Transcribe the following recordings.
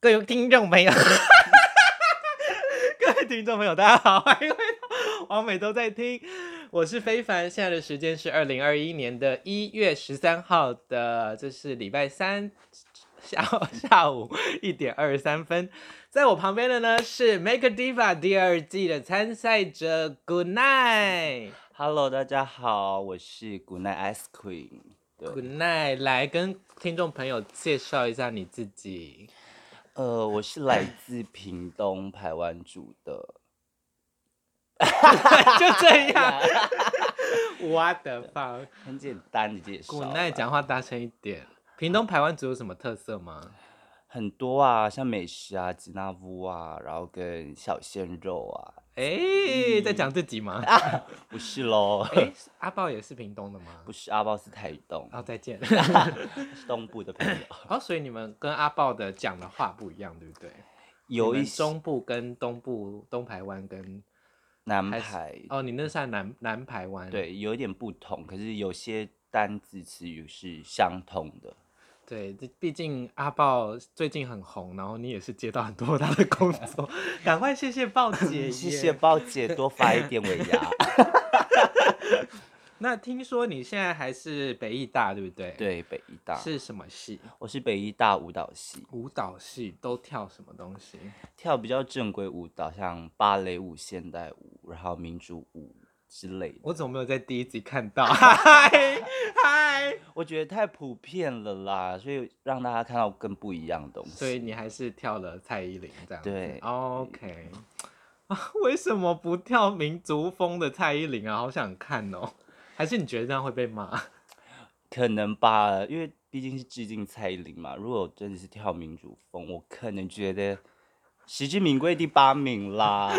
各位听众朋友， 各位听众朋友，大家好，欢迎回到王美都在听，我是非凡，现在的时间是二零二一年的一月十三号的，这是礼拜三下午下午一点二十三分，在我旁边的呢是《Make a Diva》第二季的参赛者 Good Night。 Hello，大家好，我是古奈 Ice Cream。 Good 对， night，来跟听众朋友介绍一下你自己。呃，我是来自屏东台湾组的。就这样， 我的妈！很简单的介绍。古奈，讲话大声一点。屏东台湾族有什么特色吗？很多啊，像美食啊、吉纳屋啊，然后跟小鲜肉啊，哎、在讲嗯自己吗？不是喽，哎、阿豹也是屏东的吗不？是阿豹是台东，哦，再 见。是东部的朋友，哦，所以你们跟阿豹的讲的话不一样，对不对？有 你一们些中部跟东部，东排湾跟南还是排，哦，你那是在南南排湾。对，有一点不同，可是有些单字词语是相同的。对，这毕竟阿豹最近很红，然后你也是接到很多他的工 作，赶快谢谢豹姐耶，谢谢豹姐多发一点尾牙。那听说你现在还是北艺大，对不对？，对，北医大，是什么系？我是北医大舞蹈系，舞蹈系都跳什么东西？跳比较正规舞蹈，像芭蕾舞、现代舞，然后民族舞之类的。我怎么没有在第一集看 到？嗨 嗨，我觉得太普遍了啦，所以让大家看到更不一样的东西。所以你还是跳了蔡依林这样子？对，OK。啊，为什么不跳民族风的蔡依林啊？好想看哦！还是你觉得这样会被骂？可能吧，因为毕竟是致敬蔡依林嘛。如果我真的是跳民族风，我可能觉得实至名归第八名啦。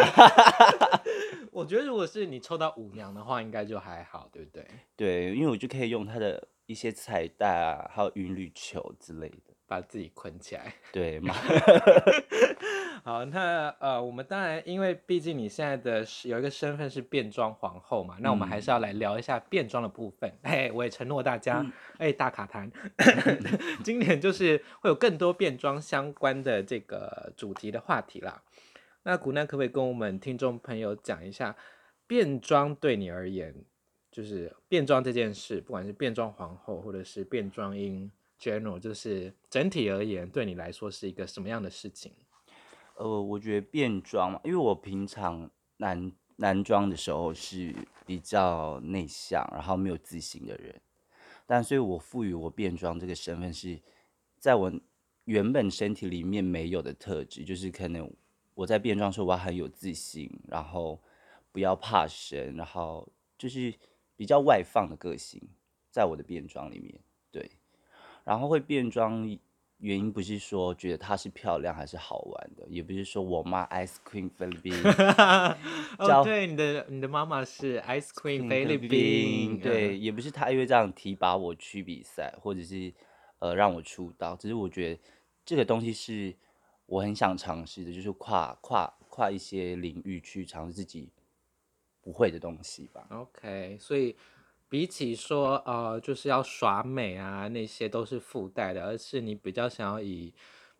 我觉得如果是你抽到舞娘的话，应该就还好，对不对？对，因为我就可以用它的一些彩带啊，还有韵律球之类的。把自己捆起来。对嘛？好，那呃，我们当然，因为毕竟你现在的是有一个身份是变装皇后嘛，那我们还是要来聊一下变装的部分。 哎，我也承诺大家，哎、大卡谈， 今年就是会有更多变装相关的这个主题的话题啦。那古奈可不可以跟我们听众朋友讲一下，变装对你而言，就是变装这件事，不管是变装皇后或者是变装英 general，就是整体而言，对你来说是一个什么样的事情？呃，我觉得变装嘛，因为我平常男男装的时候是比较内向，然后没有自信的人，但所以我赋予我变装这个身份是在我原本身体里面没有的特质，就是可能我在变装的时候我要很有自信，然后不要怕生，然后就是比较外放的个性，在我的变装里面，对，然后会变装原因不是说觉得她是漂亮还是好玩的，也不是说我妈 ice cream 菲律宾 哦，叫对，你的你的妈妈是 Ice Cream 菲律宾，嗯宾，对，也不是她因为这样提拔我去比赛，或者是呃让我出道，只是我觉得这个东西是我很想尝试的，就是跨跨跨一些领域去尝试自己不会的东西吧。嗯。OK，所以比起说呃，就是要耍美啊，那些都是附带的，而是你比较想要以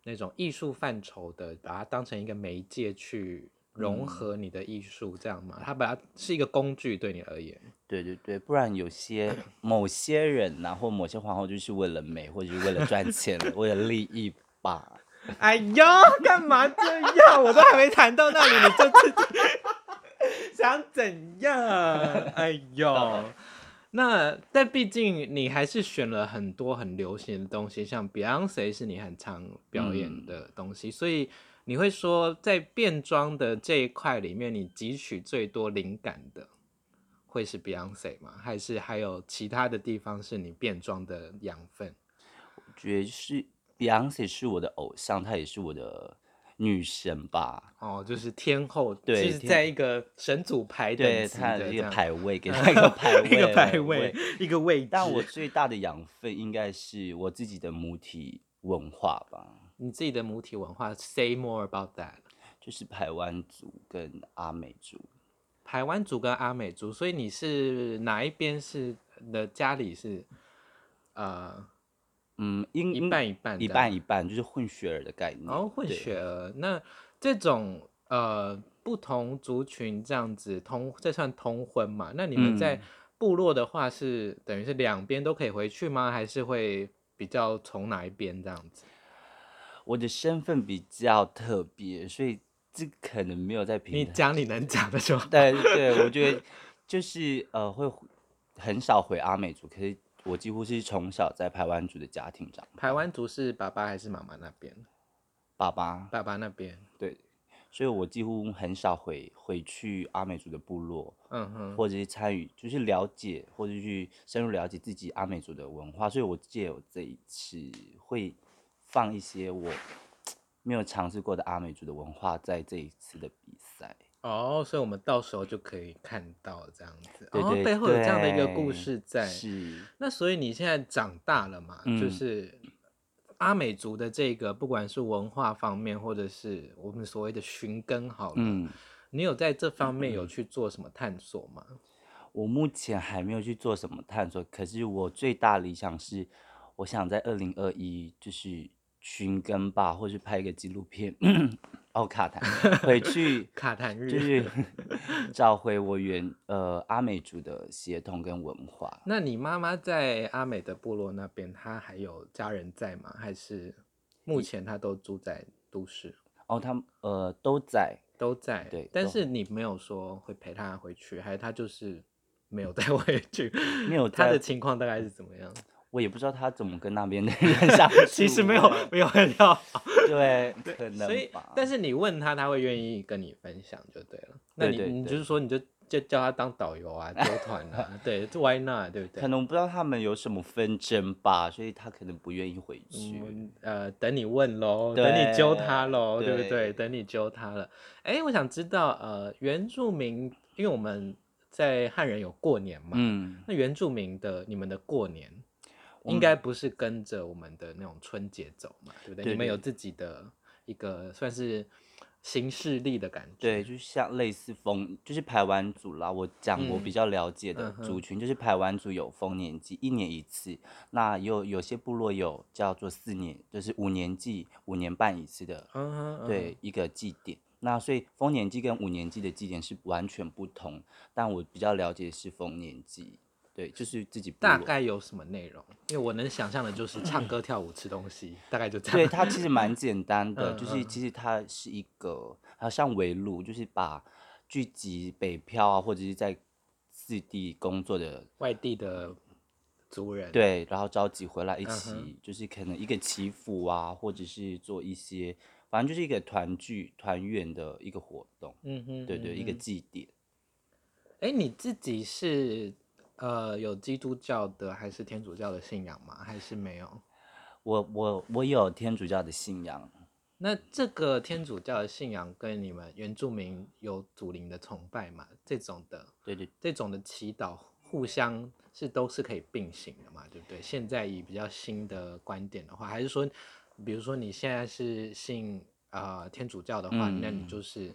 那种艺术范畴的，把它当成一个媒介去嗯融合你的艺术，这样嘛？它把它是一个工具对你而言。对对对，不然有些某些人呐、或某些皇后就是为了美，或者是为了赚钱， 为了利益吧。哎呦，干嘛这样？我都还没谈到那里，你就自己想怎样？哎呦，那但毕竟你还是选了很多很流行的东西，像 Beyonce 是你很常表演的东西，所以你会说在变装的这一块里面，你汲取最多灵感的会是 Beyonce 吗？还是还有其他的地方是你变装的养分？觉得是 Beyonce 是我的偶像，她也是我的女神吧。哦，就是天后，对就是天在一个神主牌等对，级她的的这一个样 排位，给她一个排位，一个排位，一个位置。但我最大的养分应该是我自己的母体文化吧，你自己的母体文化，say more about that。就是台湾族跟阿美族。台湾族跟阿美族，所以你是哪一边是你的家里是呃嗯，应一半一半一这样半一半，就是混血儿的概念。哦，混对血儿，那这种呃不同族群这样子通，这算通婚嘛？那你们在嗯部落的话是、等于是两边都可以回去吗？还是会比较从哪一边这样子？我的身份比较特别，所以这可能没有在平你台讲你能讲的就好。对对，我觉得就是呃，会回很少回阿美族，可是我几乎是从小在排湾族的家庭长， 台湾族是爸爸还是妈妈那边？爸爸爸爸那边，对，所以我几乎很少回回去阿美族的部落，嗯哼，或者是参与，就是了解或者去深入了解自己阿美族的文化，所以我借我这一次会放一些我没有尝试过的阿美族的文化在这一次的比赛。哦，所以我们到时候就可以看到这样子，对对哦，背后有这样的一个故对事在，是，那所以你现在长大了嘛，就嗯是阿美族的这个，不管是文化方面，或者是我们所谓的寻根好了，嗯。你有在这方面有去做什么探索吗？我目前还没有去做什么探索，可是我最大理想是，我想在二零二一就是寻根吧，或是拍一个纪录片，哦卡 坦回去卡坦日，就是 找回我原呃阿美族的血统跟文化。那你妈妈在阿美的部落那边，她还有家人在吗？还是目前她都住在都市？哦，他们呃都在，都在，对但都是你没有说会陪她回去，还是她就是没有再回去？没有她在的情况大概是怎么样？我也不知道他怎么跟那边的人 相处。 其实没有，没有很要好，对，可能所以吧。但是你问他，他会愿意跟你分享就对了。那对你对你对就是说你就就叫他当导游 啊，纠团啊，对这，Why not？对不对可？能我不知道他们有什么纷争吧，所以他可能不愿意回去。嗯，呃，等你问喽，等你揪他喽，对不对？对等你揪他了。哎，我想知道，呃，原住民，因为我们在汉人有过年嘛，嗯，那原住民的你们的过年，我应们该不是跟着我们的那种春节走嘛，对不对？对你们对有自己的一个算是形式力的感觉。对，就像类似丰，就是排湾族啦。我讲我嗯比较了解的嗯哼族群，就是排湾族有丰年祭，一年一次。那有有些部落有叫做四年，就是五年祭，五年半一次的，嗯哼，嗯哼对，一个祭典。那所以丰年祭跟五年祭的祭典是完全不同，但我比较了解的是丰年祭，对，就是自己部大落。概有什么内容？因为我能想象的 就是唱歌、跳舞、吃东西，大概就这对，样。它其实蛮简单的，嗯就是其实它是一个，好像围炉，就是把聚集北漂啊，或者是在四地工作的外地的族人，，对，然后召集回来一嗯起，哼就是可能一个祈福啊，或者是做一些，反正就是一个团聚团圆的一个活动，嗯哼，对对，一个祭典。哎、诶你自己是呃有基督教的还是天主教的信仰吗？还是没有？我我我有天主教的信仰，那这个天主教的信仰跟你们原住民有祖灵的崇拜嘛？这种的对对这种的祈祷互相是都是可以并行的嘛，对不对？现在以比较新的观点的话，还是说，比如说你现在是信呃天主教的话，那你嗯就是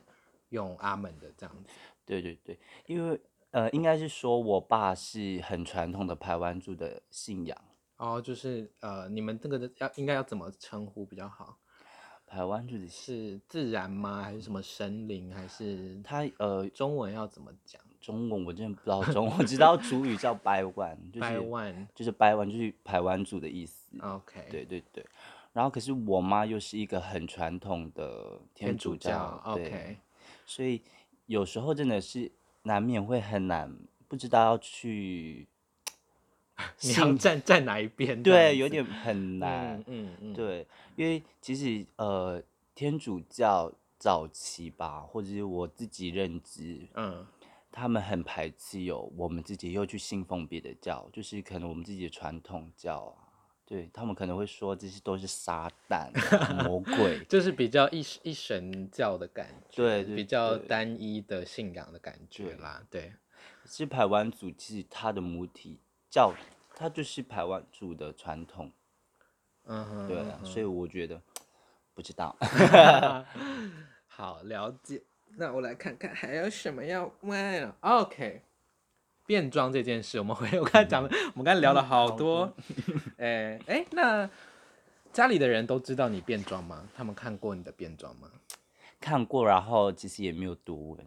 用阿门的这样子。对对对，因为呃，应该是说我爸是很传统的排湾族的信仰。然后就是呃，你们这个的要应该要怎么称呼比较好？台湾就是是自然吗？还是什么神灵？还是它呃，中文要怎么讲？中文我真的不知道 中文，我知道主语叫掰 弯，就百是万就是掰弯，就是台湾族的意思。 ，OK，对对对，然后可是我妈又是一个很传统的天主主教，教对，OK，所以有时候真的是难免会很难，不知道要去你要信站站哪一边？这样对，有子点很难。嗯嗯嗯，对，因为其实呃，天主教早期吧，或者是我自己认知，嗯，他们很排斥有我们自己又去信奉别的教，就是可能我们自己的传统教啊，对他们可能会说这些都是撒旦啊、魔鬼 就是比较一一神教的感觉，对对比较对单一的信仰的感觉啦，对，是排湾族其实它的母体教，它就是排湾族的传统，嗯哼，对啊、嗯所以我觉得不知道， 哼啊好了解。那我来看看还有什么要问。OK，变装这件事，我们回我刚才讲了，我们刚才聊嗯了好多。哎哎、那家里的人都知道你变装吗？他们看过你的变装吗？看过，然后其实也没有多问，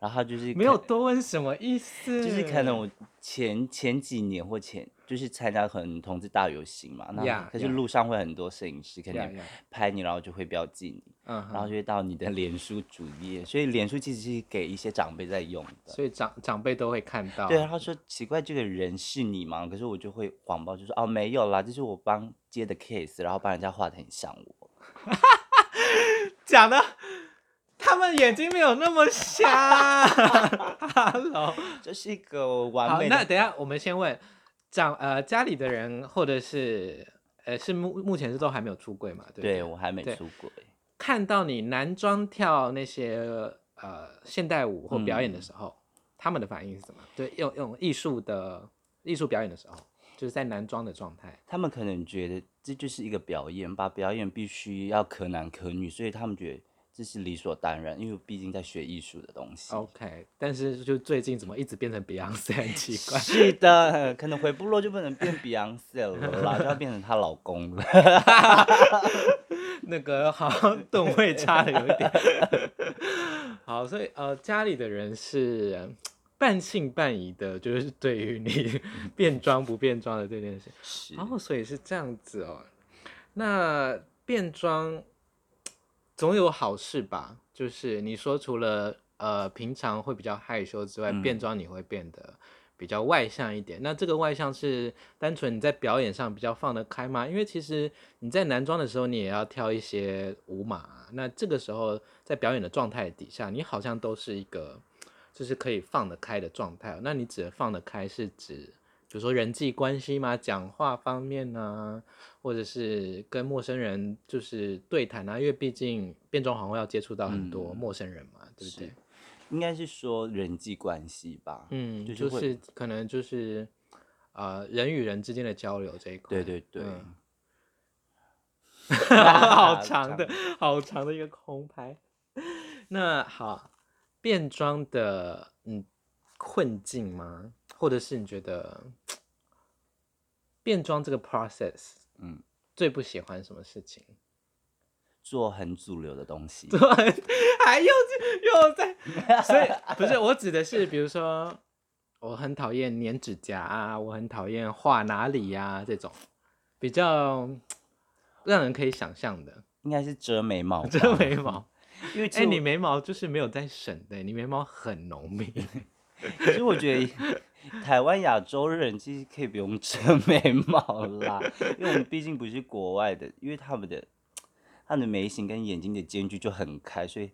然后就是没有可，多问什么意思？就是可能我前前几年或前就是参加可能同志大游行嘛，那 Yeah, 可是 yeah. 路上会很多摄影师可呀能呀，拍你，然后就会标记你，嗯然后哼，就会到你的脸书主页，所以脸书其实是给一些长辈在用的。所以长长辈都会看到。对，然啊后说奇怪，这个人是你吗？可是我就会谎报，就说哦没有啦，这是我帮接的 case，然后帮人家画的很像我。 讲的，他们眼睛没有那么 瞎。Hello，这是一个好完，美那的，等一下我们先问长呃家里的人或者是呃是目目前是都还没有出柜嘛？对不对对我还没对出轨。看到你男装跳那些呃现代舞或表演的时候，他们的反应是什么？对，用用艺术的艺术表演的时候，就是在男装的状态。他们可能觉得这就是一个表演，把表演必须要可男可女，所以他们觉得这是理所当然，因为毕竟在学艺术的东西。 OK，但是就最近怎么一直变成 Beyonce 很奇怪。是的，可能回部落就不能变 Beyonce 了啦，就要变成她老公了。那个 好像吨位差的有一点。好，所以呃，家里的人是嗯半信半疑的，就是对于你变装不变装的这件事。是，哦，所以是这样子哦。那变装总有好事吧？就是你说除了呃平常会比较害羞之外，变装你会变得比较外向一点。那这个外向是单纯你在表演上比较放得开吗？因为其实你在男装的时候，你也要跳一些舞码啊，那这个时候在表演的状态底下，你好像都是一个就是可以放得开的状态哦。那你指的放得开是指？比如说人际关系嘛，讲话方面呢、或者是跟陌生人就是对谈啊，因为毕竟变装皇后要接触到很多陌生人嘛，对不对是？应该是说人际关系吧。嗯，就是就会是可能就是呃人与人之间的交流这一块，对对对，嗯好好长 的， 好长的一个空拍。那好，变装的嗯困境吗？或者是你觉得变装这个 process 嗯，最不喜欢什么事情？做很主流的 东西。还又又在，所以不是我指的是，比如说我很讨厌粘指甲啊，我很讨厌画哪里呀、这种比较让人可以想象的应该是遮 眉毛吧，遮眉毛。 因为其哎、实我你眉毛就是没有在省的，你眉毛很浓密。 其实我觉得台湾亚洲人其实可以不用遮眉毛啦，因为我们毕竟不是国外的，因为他们的他们的眉形跟眼睛的间距就很开，所以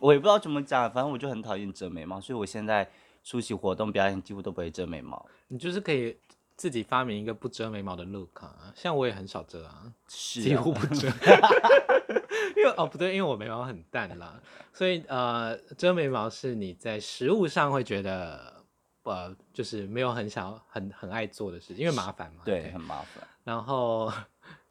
我也不知道怎么讲，反正我就很讨厌遮眉毛，所以我现在出席活动表演几乎都不会遮眉毛。你就是可以自己发明一个不遮眉毛的 look 啊，像我也很少遮啊。是、几乎 不遮，因为哦不对，因为我眉毛很淡啦，所以呃遮眉毛是你在食物上会觉得呃就是没有很想要很很爱做的事，因为麻烦嘛。对，很麻烦。然后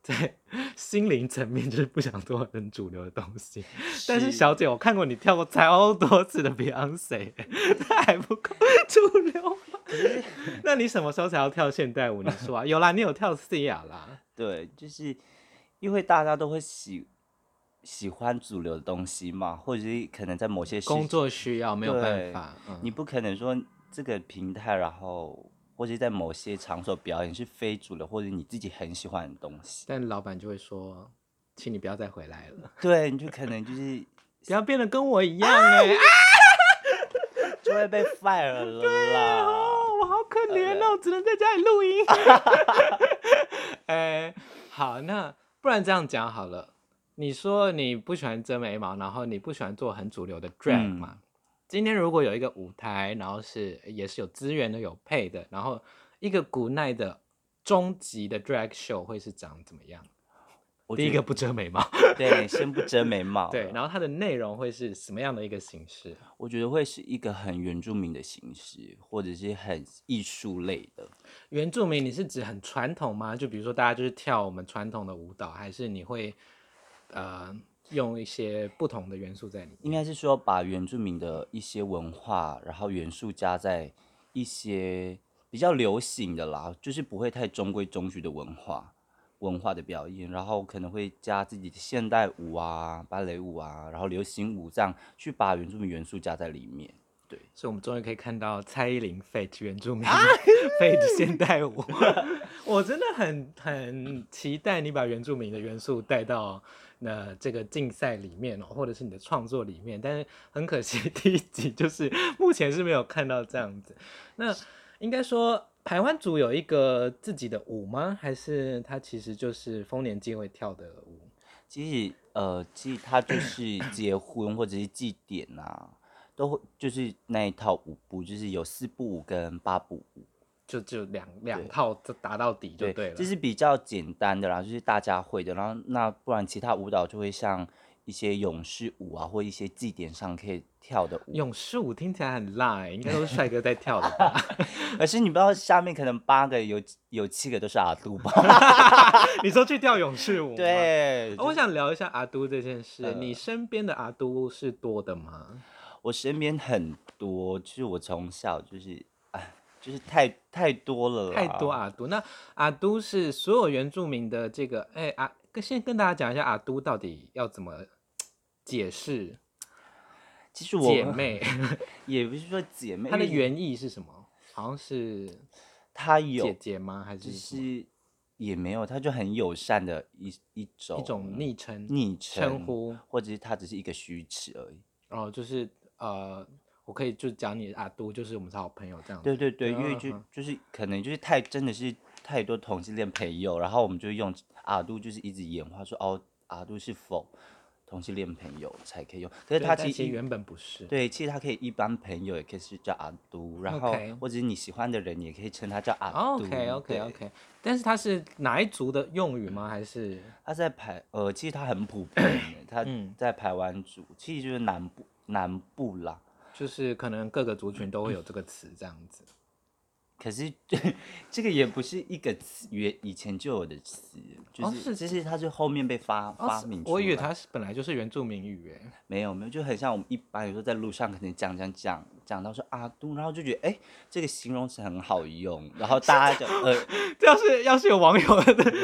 在心灵层面就是不想做很主流的东西。 但是小姐，我看过你跳过超多次的 Beyonce，她 还不够主流 吗。那你什么时候才要跳现代舞？你说啊，有啦，你有跳 C 亚啦。对，就是因为大家都会喜喜欢主流的东西嘛，或者是可能在某些事工作需要没有办对法，嗯、你不可能说这个平台，然后或者在某些场所表演是非主流，或者你自己很喜欢的东西，但老板就会说，请你不要再回来了，对，你就可能就是不要变得跟我一样哎、啊就会被 fire 了啦。我好可怜哦，只能在家里录音。 哎，好，那不然这样讲好了，你说你不喜欢遮眉毛，然后你不喜欢做很主流的 drag 嗯嘛？今天如果有一个舞台，然后是也是有资源的、有配的，然后一个古奈的终极的 drag show 会是长怎么样？我第一觉个得不遮眉毛，。对，先不遮眉毛对，后然后它的内容会是什么样的一个形式？我觉得会是一个很原住民的形式，或者是很艺术类的。原住民，你是指很传统吗？就比如说大家就是跳我们传统的舞蹈，还是你会呃用一些不同的元素在里应面。该是说把原住民的一些文化，然后元素加在一些比较流行的啦，就是不会太中规中矩的文化文化的表演，然后可能会加自己的现代舞啊、芭蕾舞啊，然后流行舞这样去把原住民元素加在里面。所以，我们终于可以看到蔡依林 Fate 原住民 Fate 现代舞。 我真的很很期待你把原住民的元素带到那这个竞赛里面哦，或者是你的创作里面。但是很可惜，第一集就是目前是没有看到这样子。那应该说，台湾组有一个自己的舞吗？还是它其实就是丰年祭会跳的舞？其实呃，其实它就是结婚或者是祭典啊，都会就是那一套舞步，就是有四步舞跟八步舞。就就两两对套就打到底就对了。这是比较简单的啦，就是大家会的。然后那不然其他舞蹈就会像一些勇士舞啊，或一些祭典上可以跳的舞。勇士舞听起来很辣哎、应该都是帅哥在跳的吧？可是你不知道下面可能八个有有七个都是阿杜吧？ 你说去跳勇士舞吗？对，哦。我想聊一下阿都这件事，呃你身边的阿都是多的吗？我身边很多，就是我从小就是哎，就是太太多了啦，太多啊阿都，那阿都是所有原住民的这个，哎、阿，跟先跟大家讲一下阿都到底要怎么解释其实我姐妹， 也不是说姐妹，它的因为原意是什么？好像是她姐有姐吗？还是就什么是也没有，她就很友善的一一种一种昵称？昵称称呼或者是它只是一个虚词而已。然后就是呃，我可以就讲你阿都，就是我们是好朋友这样子。对对对，因为就嗯哼就是可能就是太真的是太多同性恋朋友，然后我们就用阿杜，就是一直演化说哦，阿杜是否同性恋朋友才可以用，可对是他但其实其实一原本不是。对，其实他可以一般朋友也可以是叫阿杜，然后 OK 或者是你喜欢的人也可以称他叫阿杜。 OK OK 对哦 OK，但是它是哪一族的用语吗？还是他在排呃，其实他很普遍的，他嗯在排湾族，其实就是南部南部啦。就是可能各个族群都会有这个词这样子？可是这个也不是一个词，原以前就有的词，就哦是是、就是它是后面被发、哦发是明出来。我以为它是本来就是原住民语诶。没有没有，就很像我们一般有时候在路上可能讲讲讲讲到说阿都，然后就觉得哎、这个形容词很好用，然后大家就呃 这要是要是有网友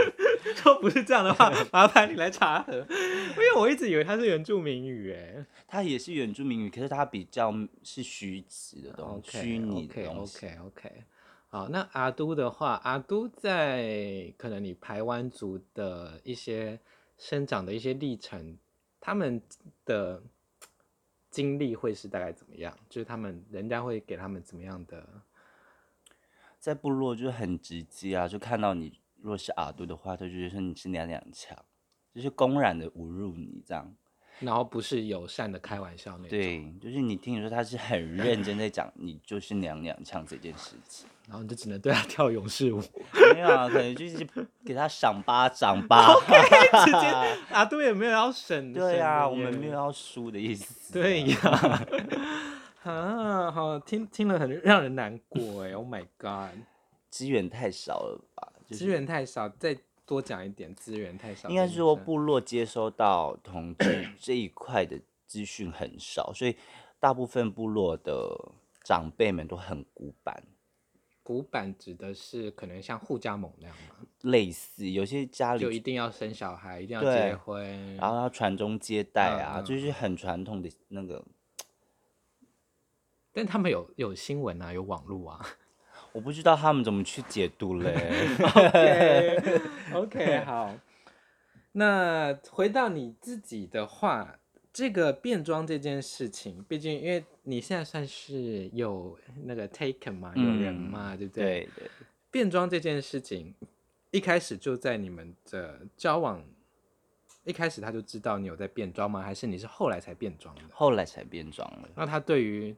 说不是这样的话，麻烦你来查核，因为我一直以为它是原住民语诶。它也是原住民语，可是它比较是虚词的东西，虚拟的 OK 东西。 OK OK。好，那阿都的话，阿都在可能你台湾族的一些生长的一些历程，他们的经历会是大概怎么样？就是他们人家会给他们怎么样的？在部落就很直接啊，就看到你若是阿都的话，他就觉得说你是娘两强，就是公然的侮辱你这样。然后不是友善的开玩笑那种，对，就是你听你说他是很认真在讲，你就是娘娘腔这件事情。然后你就只能对他 跳勇士舞，没有啊，可能就是给他赏巴掌吧。 直接阿都也没有要审。对啊，审的我们耶没有要输的意思。对呀、 啊，好听听了很让人难过哎，Oh my god，资源太少了吧？就资是源太少，再多讲一点，资源太少。应该是是说部落接收到同 志这一块的资讯很少，所以大部分部落的长辈们都很古板。古板指的是可能像互加盟那样嘛，类似有些家就一里，定要生小孩，一定要对结婚，然后要传宗接代啊，嗯嗯就是很传统的那个但他们有有新闻啊，有网络 啊。我不知道他们怎么去解读嘞。 OK OK 好，那回到你自己的话，这个变装这件事情，毕竟因为你现在算是有那个 taken 嘛，有人嗯嘛，对不 对？对对，变装这件事情，一开始就在你们的交往，一开始他就知道你有在变装吗？还是你是后来才变装的？后来才变装了。那他对于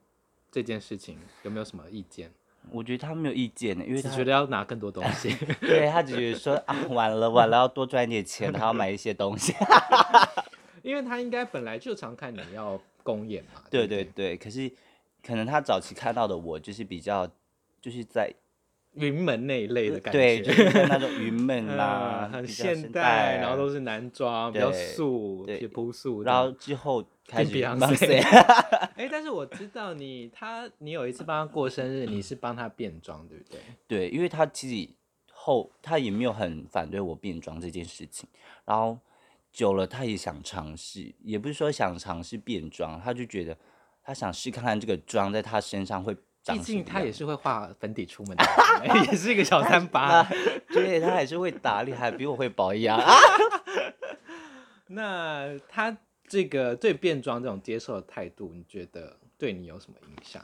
这件事情有没有什么意见？我觉得他没有意见呢，因为只他觉得要拿更多东西。 对他只觉得说啊，完了完了，要多赚一点钱，他要买一些东西。 因为他应该本来就常看你要公演嘛。对不对对，可是可能他早期看到的我就是比较，就是在云门那一类的感对，觉，就是像那种 云梦啦嗯，，很比较现代，然后都是，是男装，比较对素，对也朴素的。然后之后开始跟 Beyonce 放肆 哎，但是我知道你，他你有一次帮他过生日，你是帮他变装，对不对？对，因为他其实后他也没有很反对我变装这件事情，然后久了他也想尝试，也不是说想尝试变装，他就觉得他想试看看这个妆在他身上会长毕什么竟样。他也是会画粉底出门 的人，哎也是一个小三八啊。， 对，他还是会打理，还比我会保养啊。那他这个对变装这种接受的态度，你觉得对你有什么影响？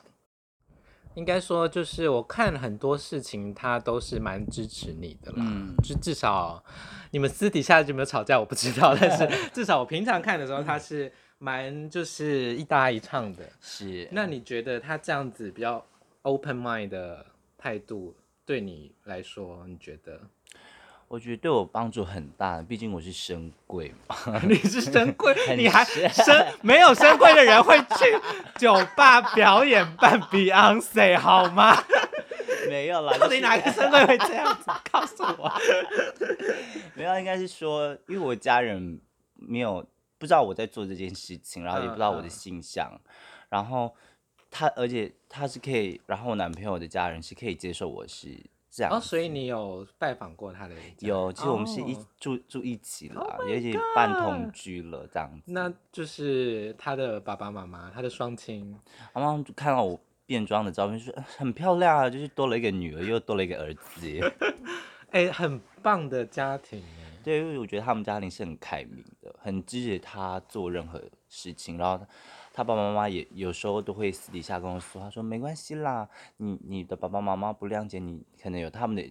应该说，就是我看很多事情，他都是蛮支持你的啦。嗯就至少你们私底下有没有吵架，我不知道。但 是至少我平常看的时候，他是蛮就是一搭一唱的。 是，那你觉得他这样子比较 open mind 的态度，对你来说，你觉 得我觉得对我帮助很大，毕竟我是神鬼嘛。你是神棍？很你还是神没有神棍的人会去酒吧表演扮 Beyonce 好吗？没有啦， 到就底是哪个神棍会这样子？ 告诉我。啊没有，应该是说，因为我家人没有不知道我在做这件事情，然后也不知道我嗯的嗯性向，然后他而且他是可以，然后我男朋友的家人是可以接受我是这样哦，子。所以你有拜访过他的人？有，其实我们是一、哦 Oh 住住一起了，也已经半同居了这样子。那就是他的爸爸妈妈，他的双亲。然后就看到我变装的照片，说呃很漂亮啊，就是多了一个女儿，又多了一个儿子。哎、很棒的家庭哎。对，因为我觉得他们家庭是很开明的，很支持他做任何事情。然后他他爸爸妈妈也有时候都会私底下跟我说，他说没关系啦，你你的爸爸妈妈不谅解你，可能有他们的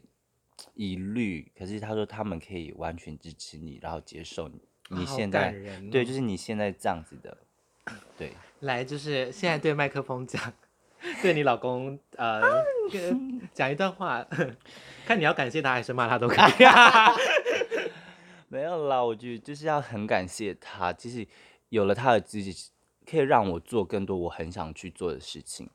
疑虑，可是他说他们可以完全支持你，然后接受你。你啊好现感在、人对，哦就是你现在这样子的，对，来，就是现在对麦克风讲， 对你老公呃跟讲一段话， 看你要感谢他还是骂他都可以。 没有啦，我觉得就是要很感谢他，其实有了他的支持，可以让我做更多我很想去做的事情。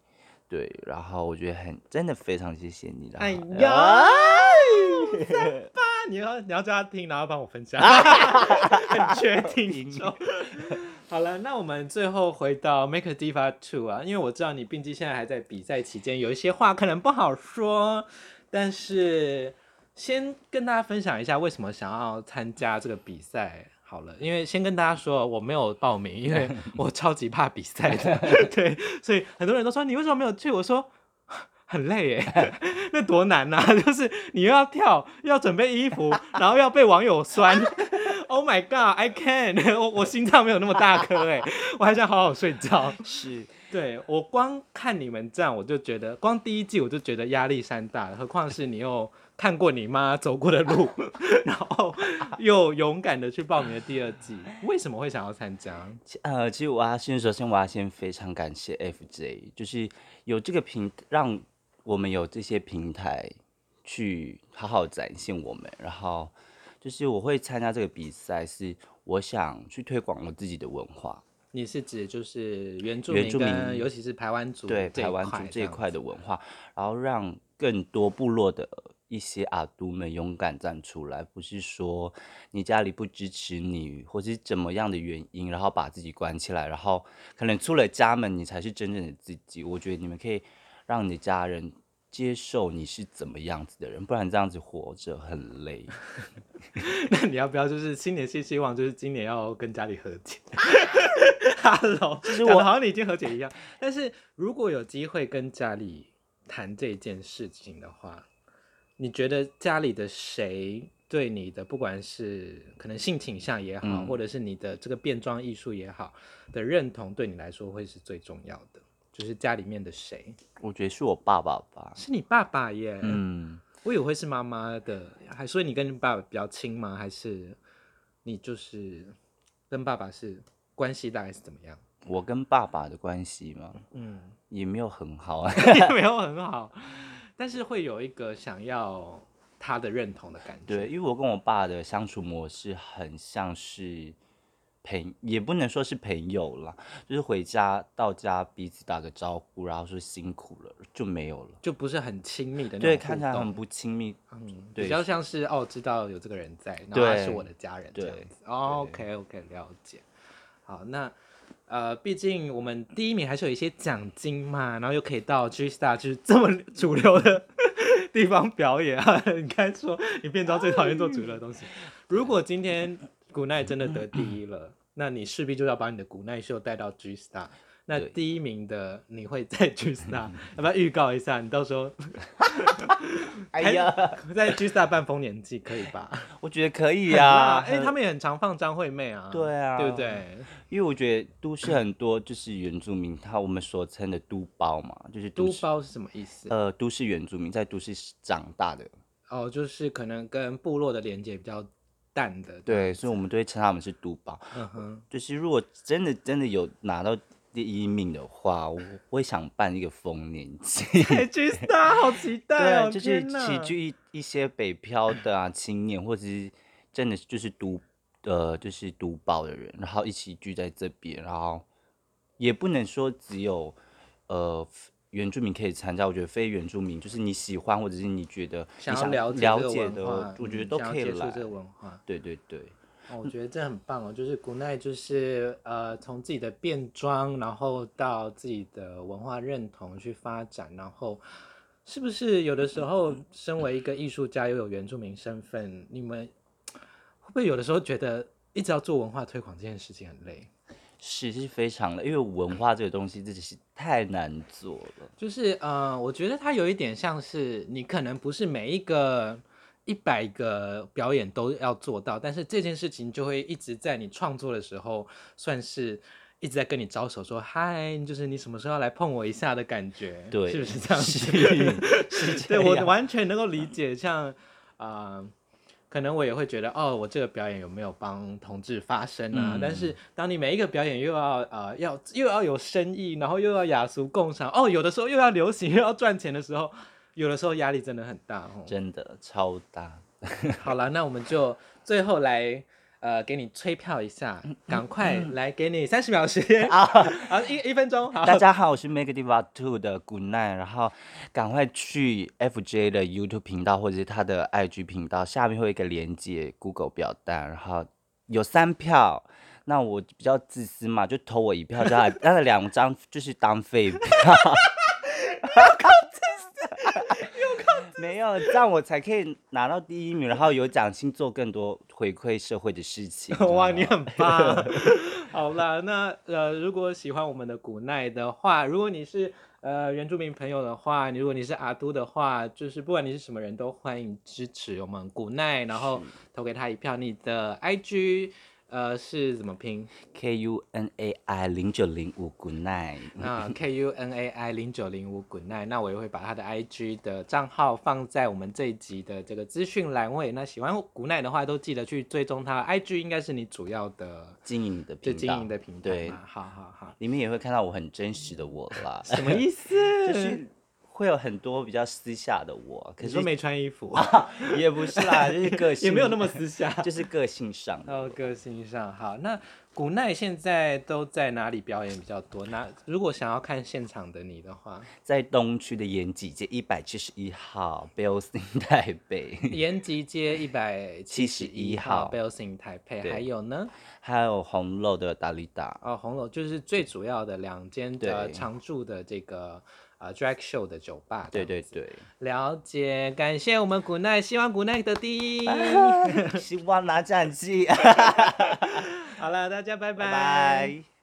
对，然后我觉得很真的非常谢谢你啦。啊哎然后呀，爸，你要你要叫他听，然后帮我分享，很缺听众。好了，那我们最后回到 Make a Diva Two 啊，因为我知道你毕竟现在还在比赛期间，有一些话可能不好说，但是先跟大家分享一下为什么想要参加这个比赛。好了，因为先跟大家说，我没有报名，因为我超级怕比赛的，对，所以很多人都说你为什么没有去？我说 很累耶，那多难呐、 就是你又要跳，又要准备衣服，然后要被网友酸。Oh my god, I can！我 我心脏没有那么大颗哎，我还想好好睡觉。是对我光看你们这样，我就觉得光第一季我就觉得压力山大了，何况是你又看过你妈走过的路， 然后又勇敢的去报名了第二季，为什么会想要参加？其呃，其实我要先首先我要先非常感谢 FJ，就是有这个平，让我们有这些平台去好好展现我们。然后就是我会参加这个比赛，是我想去推广我自己的文化，你是指就是原住原民住民跟尤其是排湾族对这台湾族这一块的文化，然后让更多部落的一些阿都们勇敢站出来，不是说你家里不支持你，或是怎么样的原因，然后把自己关起来，然后可能出了家门，你才是真正的自己。我觉得你们可以让你的家人。接受你是怎么样子的人，不然这样子活着很累。 那你要不要就是新年新希望，就是今年要跟家里和解 ？Hello，是讲得我好像你已经和解一样。但是如果有机会跟家里谈这件事情的话，你觉得家里的谁对你的不管是可能性倾向也好，嗯或者是你的这个变装艺术也好的认同，对你来说会是最重要的？就是家里面的谁？我觉得是我爸爸吧，是你爸爸耶。嗯，我以为会是妈妈的，还所以你跟你爸爸比较亲吗？还是你就是跟爸爸是关系大概是怎么样？我跟爸爸的关系嘛，嗯， 也没有很好啊。没有很好，但是会有一个想要他的认同的感觉。对，因为我跟我爸的相处模式很像是，朋，也不能说是朋友啦，就是回家到家彼此打个招呼，然后说辛苦了就没有了。就不是很亲密的那种对，看起来互动很不亲密。嗯，对比较像是哦，知道有这个人在，然后对他是我的家人这样对子。哦、OK OK，了解。好，那呃，毕竟我们第一名还是有一些奖金嘛，然后又可以到 G Star 就是这么 主流的地方表演啊。 你刚才说你变装最讨厌做主流的东西，如果今天古奈真的得第一了，那你势必就要把你的古奈秀带到 G Star。那对第一名的你会在 G Star，要不要预告一下？你到时候哎呀，在 G Star 办丰年祭可以 吧？我觉得可 以啊呀呀，，因为很哎他们也很常放张惠妹啊，对啊对不对？因为我觉得都市很多就是原住民，他我们所称的都包嘛，就是都都市包是什么意思？呃都市原住民在都市长大的，哦，就是可能跟部落的连接比较淡的，对，所以我们都会称他们是都包。嗯 哼，就是如果真的真的有拿到第一名的话，我会想办一个丰年祭。 哎，G Star 好期待哦，对，啊就是天哪齐聚一一些北漂的啊青年，或者是真的就是独呃就是独保的人，然后一起聚在这边，然后也不能说只有呃原住民可以参加，我觉得非原住民就是你喜欢或者是你觉得你想要了解了这个解文的，化，我觉得嗯都想要可以接触来。这个文化。对对对，哦我觉得这很棒哦，就是古奈就是呃，从自己的变装，然后到自己的文化认同去发展，然后是不是有的时候，身为一个艺术家又有原住民身份，你们会不会有的时候觉得一直要做文化推广这件事情很累？是是非常的，因为文化这个东西真的是太难做了。就是呃，我觉得它有一点像是你可能不是每一个一百个表演都要做到，但是这件事情就会一直在你创作的时候，算是一直在跟你招手说嗨，就是你什么时候要来碰我一下的感觉，对，哎是不是这样子？ 是是对这我样完全能够理解，像啊、呃可能我也会觉得哦，我这个表演有没有帮同志发声嗯啊？但是当你每一个表演又要呃要又要有深意，然后又要雅俗共赏，哦，有的时候又要流行又要赚钱的时候，有的时候压力真的很大 哦。真的超大。好了，那我们就最后来。呃，给你吹票一下，嗯赶快来，给你三十秒时间啊， 好一一分钟，好， 大家好，我是 Make Diva Two 的 Good Night，然后赶快去 FJ 的 YouTube 频道或者是他的 IG 频道，下面会有一个连接 Google 表单，然后有三票。那我比较自私嘛，就投我一 票就好，那两张就是当废票。没有，这样我才可以拿到第一名，然后有奖金做更多回馈社会的事情。啊哇，这样你很棒！ 好啦，那呃，如果喜欢我们的古奈的话，如果你是呃原住民朋友的话，你如果你是阿都的话，就是不管你是什么人都欢迎支持我们古奈，然后投给他一票。你的 IG 呃是怎么拼？ K U N A I 零九零五 Good Night。那 K U N A I 零九零五滚奈，那我也会把他的 I G 的账号放在我们这一集的这个资讯栏位。那喜欢古奈的话，都记得去追踪他 I G，应该是你主要的经营的就频道，经营的频道嘛。对，好好 好，里面也会看到我很真实的我啦， 什么意思？ 就是会有很多比较私下的我，可你是说没穿衣服， 也不是 啦，就是个性也没有那么私下。 就是个性上的。哦，个性上好。那古奈现在都在哪里表演比较多？那如果想要看现场的你的话，在东区的延吉街一百七十一号 Building 台 北，延吉街一百71号号 Belsin 台北，对还有呢？还有红楼的达利达，哦，红楼就是最主要的两间的对常驻的这个呃 drag show 的酒吧。对对，对，了解，感谢我们古奈，希望古奈得第一。希望拿奖绩，好了，大家拜 拜拜。